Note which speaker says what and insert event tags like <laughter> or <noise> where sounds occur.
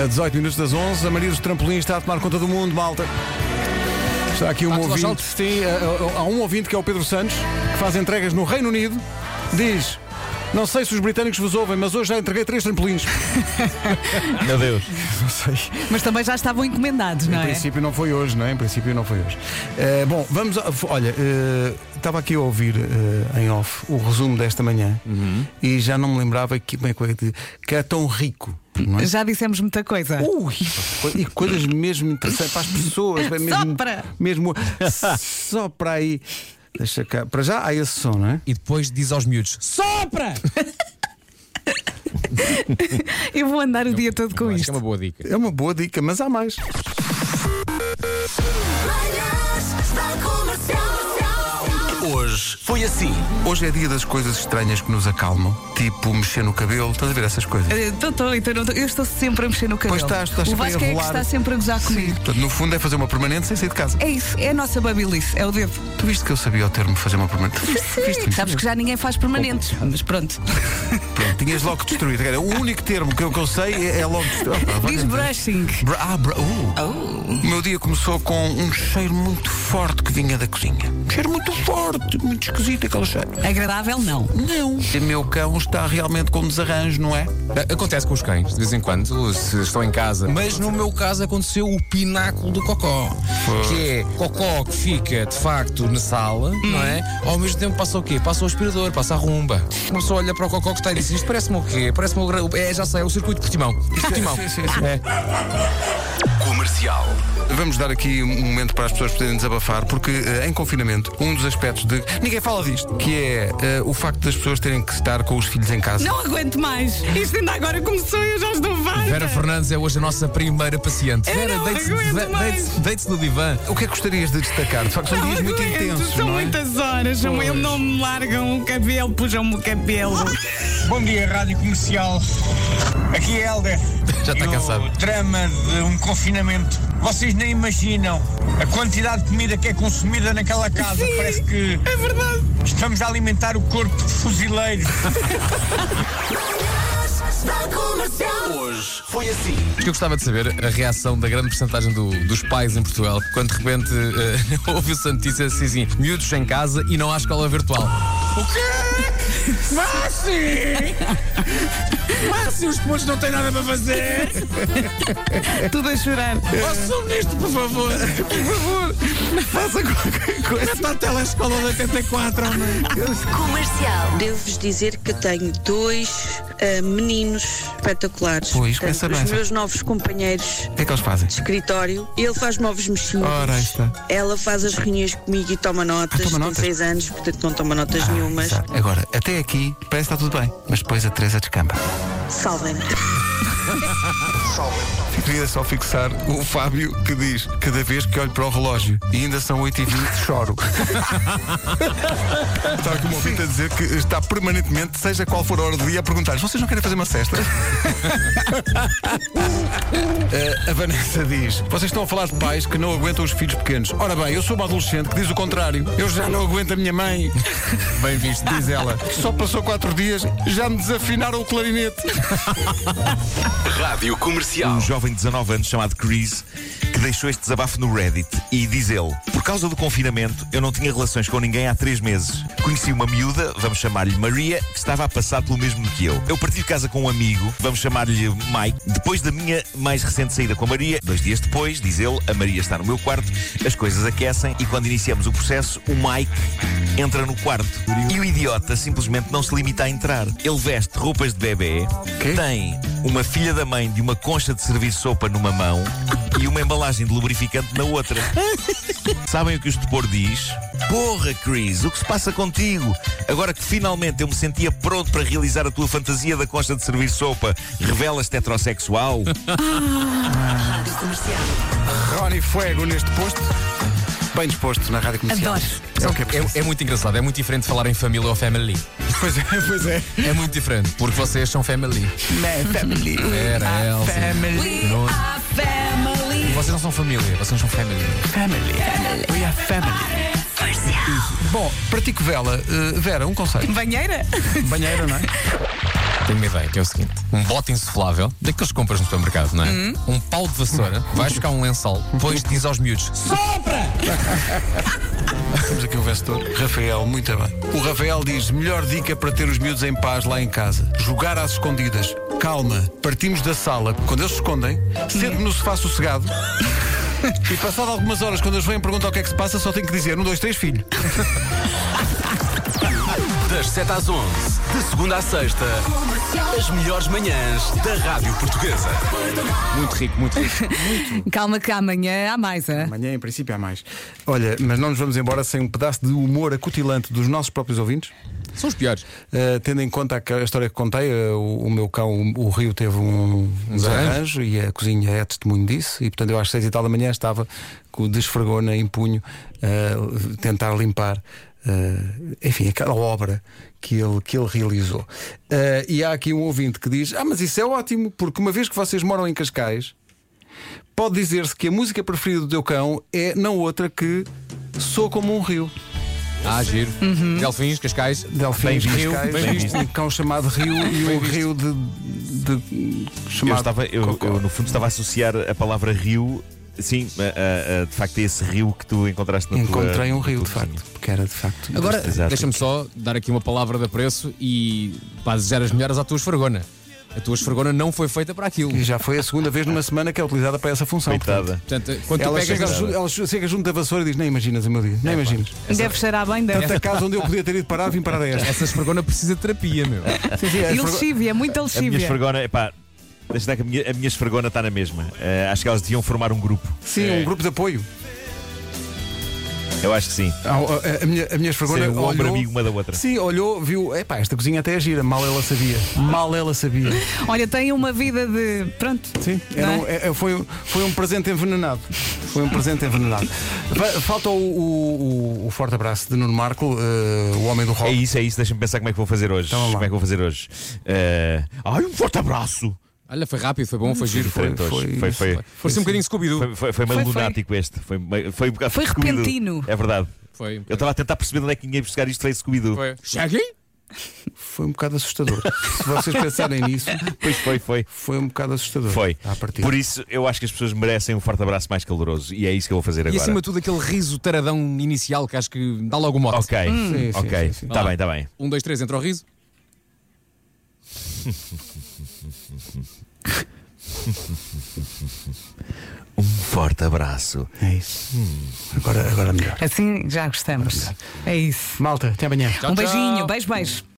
Speaker 1: A 18 minutos das 11, a Maria dos Trampolins está a tomar conta do mundo, malta. Está aqui um
Speaker 2: Marcos
Speaker 1: ouvinte.
Speaker 2: Lasalde.
Speaker 1: Sim, há- há há um ouvinte que é o Pedro Santos, que faz entregas no Reino Unido. Diz: Não sei se os britânicos vos ouvem, mas hoje já entreguei três trampolins. <laughs>
Speaker 3: Meu Deus.
Speaker 1: Não sei.
Speaker 4: Mas também já estavam encomendados,
Speaker 1: Em
Speaker 4: não é?
Speaker 1: princípio não foi hoje, não é? Em princípio não foi hoje. Eh, bom, vamos. a- f- olha, eh, estava aqui a ouvir eh, em off o resumo desta manhã e já não me lembrava que, bem, é que, que era tão rico. Não é?
Speaker 4: Já dissemos muita coisa.
Speaker 1: Ui, e coisas mesmo interessantes para as pessoas.
Speaker 4: <laughs>
Speaker 1: bem, Mesmo,
Speaker 4: Sopra!
Speaker 1: mesmo <laughs> só para aí. Deixa cá. Para já há esse som, não é?
Speaker 3: E depois diz aos miúdos: Sopra!
Speaker 4: Eu vou andar o dia todo com
Speaker 3: Acho que é uma
Speaker 4: isto.
Speaker 3: boa dica.
Speaker 1: É uma boa dica, mas há mais.
Speaker 5: Manhãs da comercial.
Speaker 6: Hoje foi assim.
Speaker 1: Hoje é dia das coisas estranhas que nos acalmam, tipo mexer no cabelo, estás a ver essas coisas?
Speaker 4: Estou, estou, então não tô- eu estou sempre a mexer no cabelo.
Speaker 1: Pois estás, estás
Speaker 4: o
Speaker 1: sempre a
Speaker 4: Vasco é que
Speaker 1: enrolar.
Speaker 4: está sempre a gozar comigo.
Speaker 1: Portanto, no fundo é fazer uma permanente sem sair de casa.
Speaker 4: É isso, é a nossa babylice, é o dedo.
Speaker 1: Tu viste que eu sabia o termo fazer uma permanente? Viste?
Speaker 4: Sabes que já ninguém faz permanentes, mas pronto.
Speaker 1: Pronto, tinhas logo destruído. Era o único termo que eu, que eu sei é, é logo
Speaker 4: <laughs>
Speaker 1: destruído. Ah, pá,
Speaker 4: Diz
Speaker 1: vai-
Speaker 4: brushing.
Speaker 1: Bra- ah, bra- uh.
Speaker 4: Oh.
Speaker 1: O meu dia começou com um cheiro muito forte que vinha da cozinha. Um cheiro muito forte, muito esquisito aquele cheiro.
Speaker 4: Agradável, não.
Speaker 1: Não. O meu cão está realmente com um desarranjo, não é?
Speaker 3: A- Acontece com os cães, de vez em quando, se estão em casa. Mas no meu caso aconteceu o pináculo do cocó. Que é cocó que fica, de facto, na sala, não é? Ao mesmo tempo passa o quê? Passa o aspirador, passa a rumba. Uma pessoa olha para o cocó que está e diz: Isto parece-me o quê? Parece-me o. gra- É, já sei, é o circuito de Portimão. <laughs> Portimão. É.
Speaker 6: Comercial.
Speaker 1: Vamos dar aqui um momento para as pessoas poderem desabafar, porque eh, em confinamento, um dos aspectos de. Ninguém fala disto, que é eh, o facto das pessoas terem que estar com os filhos em casa.
Speaker 4: Não aguento mais. Isto ainda agora começou e eu já estou farta.
Speaker 3: Vera Fernandes é hoje a nossa primeira paciente.
Speaker 4: Eu
Speaker 3: Vera,
Speaker 4: não
Speaker 3: deite-se
Speaker 4: aguento
Speaker 3: de-
Speaker 4: mais.
Speaker 3: deite-se- deite-se no divã.
Speaker 1: O que é que gostarias de destacar? De facto, são dias muito
Speaker 4: aguento,
Speaker 1: intensos.
Speaker 4: são
Speaker 1: não é?
Speaker 4: muitas horas. São, eu não me largam o cabelo, puxam-me o cabelo.
Speaker 7: Bom dia, Rádio Comercial. Aqui é Helder.
Speaker 3: Já está
Speaker 7: E o
Speaker 3: cansado.
Speaker 7: drama de um confinamento. Vocês nem imaginam a quantidade de comida que é consumida naquela casa. Parece que
Speaker 4: É verdade.
Speaker 7: estamos a alimentar o corpo de fuzileiros.
Speaker 5: Manhãs da comercial.
Speaker 6: Hoje foi assim.
Speaker 3: O que eu gostava de saber a reação da grande porcentagem dos pais em Portugal quando de repente eh, <laughs> ouve-se a notícia assim, assim: miúdos em casa e não há escola virtual. O quê? Massi! Massi, os putos não têm nada para fazer!
Speaker 4: Tudo a chorar.
Speaker 3: Ouçam-me nisto, por favor! Por favor! Faça qualquer coisa! Está a telescola de 84, homem!
Speaker 5: Comercial.
Speaker 8: Devo-vos dizer que tenho dois ah, meninos espetaculares.
Speaker 1: Pois,
Speaker 8: Portanto,
Speaker 1: pensa bem,
Speaker 8: Os
Speaker 1: sabe?
Speaker 8: meus novos companheiros
Speaker 1: O que é que eles fazem?
Speaker 8: de escritório. Ele faz novos mexidos.
Speaker 1: Ora, aí está.
Speaker 8: Ela faz as reuniões comigo e toma notas.
Speaker 1: Ah, toma notas.
Speaker 8: Tem seis anos, portanto não toma notas
Speaker 1: Ah,
Speaker 8: nenhumas.
Speaker 1: exato. Agora, até aqui parece que está tudo bem, mas depois a Teresa descamba.
Speaker 8: Salvem-me.
Speaker 1: Queria só fixar o Fábio que diz: cada vez que olho para o relógio e ainda são 8h20, choro. está aqui uma ouvinte a dizer que está permanentemente, seja qual for a hora do dia, a perguntar: vocês não querem fazer uma cesta? Eh, a Vanessa diz: vocês estão a falar de pais que não aguentam os filhos pequenos. Ora bem, eu sou uma adolescente que diz o contrário. Eu já não aguento a minha mãe.
Speaker 3: Bem visto, diz ela.
Speaker 1: Só passou quatro dias, já me desafinaram o clarinete.
Speaker 6: Rádio Comercial.
Speaker 9: um jovem de 19 anos chamado Chris que deixou este desabafo no Reddit e diz ele: Por causa do confinamento, eu não tinha relações com ninguém há três meses. Conheci uma miúda, vamos chamar-lhe Maria, que estava a passar pelo mesmo que eu. Eu parti de casa com um amigo, vamos chamar-lhe Mike. Depois da minha mais recente saída com a Maria, dois dias depois, diz ele, a Maria está no meu quarto, as coisas aquecem e quando iniciamos o processo, o Mike entra no quarto. E o idiota simplesmente não se limita a entrar. Ele veste roupas de bebê, tem uma filha da mãe de uma concha de servir sopa numa mão e uma embalagem de lubrificante
Speaker 6: <laughs>
Speaker 9: na outra. Sabem o que o estupor diz? Porra, Chris, o que se passa contigo? Agora que finalmente eu me sentia pronto para realizar a tua fantasia da concha de servir sopa, revelas-te heterossexual?
Speaker 1: Rony Fuego neste posto. Bem disposto na Rádio Comercial.
Speaker 4: Adoro.
Speaker 1: É o que é preciso.
Speaker 3: É, é muito engraçado, é muito diferente falar em família ou family.
Speaker 1: <laughs> Pois é, pois é.
Speaker 3: É muito diferente, porque vocês são family. <laughs> Vera, Elsa.
Speaker 1: Ah, Family.
Speaker 3: Nuno.
Speaker 4: Family.
Speaker 3: Vocês não são família, vocês são family.
Speaker 1: Family. We are family. Bom, pratico vela. Eh, Vera, um conselho.
Speaker 4: Banheira?
Speaker 1: Banheira, não é?
Speaker 3: Tenho uma ideia, que é o seguinte: um bote insuflável, daqueles que compras no supermercado, não é? Um pau de vassoura, vais buscar um lençol, depois diz aos miúdos:
Speaker 1: Temos aqui um vencedor. Rafael, muito bem. O Rafael diz: melhor dica para ter os miúdos em paz lá em casa. Jogar às escondidas. Calma, partimos da sala. Quando eles se escondem, sente-me no sofá sossegado. <laughs> E passado algumas horas, quando eles vêm perguntar o que é que se passa, só tenho que dizer: um, dois, três, filho.
Speaker 6: <laughs> Das 7 às 11, de segunda à sexta, as melhores manhãs da Rádio Portuguesa.
Speaker 3: Muito rico, muito rico.
Speaker 2: Calma que amanhã há mais, é? hã?
Speaker 1: Amanhã, em princípio, há mais. Olha, mas não nos vamos embora sem um pedaço de humor acutilante dos nossos próprios ouvintes.
Speaker 3: São os piores.
Speaker 1: Uh, tendo em conta a, a história que contei, uh, o, o meu cão, o, o Rio, teve um, um desarranjo e a cozinha é testemunho disso. E portanto, eu às seis e tal da manhã estava com o desfragona em punho uh, tentar limpar. uh, enfim, aquela obra que ele, que ele realizou. Uh, e há aqui um ouvinte que diz: Ah, mas isso é ótimo, porque uma vez que vocês moram em Cascais, pode dizer-se que a música preferida do teu cão é não outra que Sou como um rio.
Speaker 3: Ah, giro. Delfins, Cascais.
Speaker 1: Delfins,
Speaker 3: Bem visto,
Speaker 1: Cascais,
Speaker 3: bem visto.
Speaker 1: um cão chamado Rio e um rio de, de-
Speaker 9: Eu,
Speaker 1: chamado.
Speaker 9: estava, eu,
Speaker 1: Cocó.
Speaker 9: eu, no fundo estava a associar a palavra rio, sim, a- a- a, de facto é esse rio que tu encontraste na tua.
Speaker 1: Encontrei um rio,
Speaker 9: na
Speaker 1: de
Speaker 9: tua
Speaker 1: facto,
Speaker 9: cozinha.
Speaker 1: porque era de facto.
Speaker 3: Agora,
Speaker 9: Exato.
Speaker 3: deixa-me só dar aqui uma palavra de apreço e para desejar as melhoras à tua esfregona. A tua esfregona não foi feita para aquilo.
Speaker 1: E já foi a segunda vez numa semana que é utilizada para essa função.
Speaker 9: Coitada.
Speaker 3: Portanto, quando tu
Speaker 1: Ela
Speaker 3: pegas.
Speaker 1: chega,
Speaker 3: nas-
Speaker 1: ju- ela chega junto da vassoura e diz: Nem imaginas o meu dia, nem imaginas.
Speaker 2: Deve cheirar bem, deve.
Speaker 1: Tanta casa onde eu podia ter ido parar, vim parar a esta.
Speaker 3: Essa esfregona precisa de terapia, meu.
Speaker 1: Sim, sim, é
Speaker 2: E
Speaker 1: esfrego-
Speaker 2: lexívia, muita
Speaker 9: A minha
Speaker 2: lexívia.
Speaker 9: esfregona, epá, deixa dar que a minha, a minha esfregona está na mesma. Eh, acho que elas deviam formar um grupo.
Speaker 1: sim, um grupo de apoio.
Speaker 9: Eu acho que sim.
Speaker 1: Ah, A, a minha, a minha esfregona
Speaker 9: Ser o ombro
Speaker 1: olhou-
Speaker 9: amigo uma da outra.
Speaker 1: Sim, olhou, viu. Epá, esta cozinha até é gira. Mal ela sabia. Mal ela sabia.
Speaker 2: Olha, tem uma vida de. Pronto.
Speaker 1: Sim, era
Speaker 2: Não é?
Speaker 1: um- é- é- foi, foi um presente envenenado. Foi um presente envenenado. Fa- Falta o, o- o- o forte abraço de Nuno Marco, eh, o homem do rock.
Speaker 9: É isso, é isso. Deixa-me pensar como é que vou fazer hoje.
Speaker 1: Então vá lá.
Speaker 9: como é que vou fazer hoje? Eh, ai, um forte abraço!
Speaker 3: Olha, foi rápido, foi bom, foi giro. Foi,
Speaker 9: Diferente hoje.
Speaker 1: foi-
Speaker 9: Foi, foi, foi,
Speaker 3: Parecia um bocadinho Scooby-Doo.
Speaker 9: foi, foi meio
Speaker 2: Foi- foi.
Speaker 9: lunático este. Foi, meio- foi, um bocado
Speaker 2: Foi
Speaker 9: Scooby-Doo.
Speaker 2: repentino.
Speaker 9: É verdade.
Speaker 3: Foi.
Speaker 9: Eu estava a tentar perceber onde é que ninguém ia buscar isto. Foi Scooby-Doo.
Speaker 3: Foi. Cheguei?
Speaker 1: Foi um bocado assustador. Se vocês pensarem nisso,
Speaker 9: Pois foi, foi.
Speaker 1: foi um bocado assustador.
Speaker 9: Foi.
Speaker 1: À partida.
Speaker 9: Por isso, eu acho que as pessoas merecem um forte abraço mais caloroso. E é isso que eu vou fazer
Speaker 3: E
Speaker 9: agora.
Speaker 3: acima de tudo, aquele riso taradão inicial que acho que dá logo o mote.
Speaker 9: Ok,
Speaker 1: Sim, sim,
Speaker 9: ok.
Speaker 1: sim, sim.
Speaker 9: Está bem, está bem.
Speaker 3: Um, dois, três, entra o riso.
Speaker 9: Um forte abraço.
Speaker 1: É isso. Agora, agora melhor.
Speaker 2: Assim já gostamos. É isso.
Speaker 1: Malta, até amanhã.
Speaker 2: um
Speaker 3: tchau.
Speaker 2: beijinho, beijo, beijo.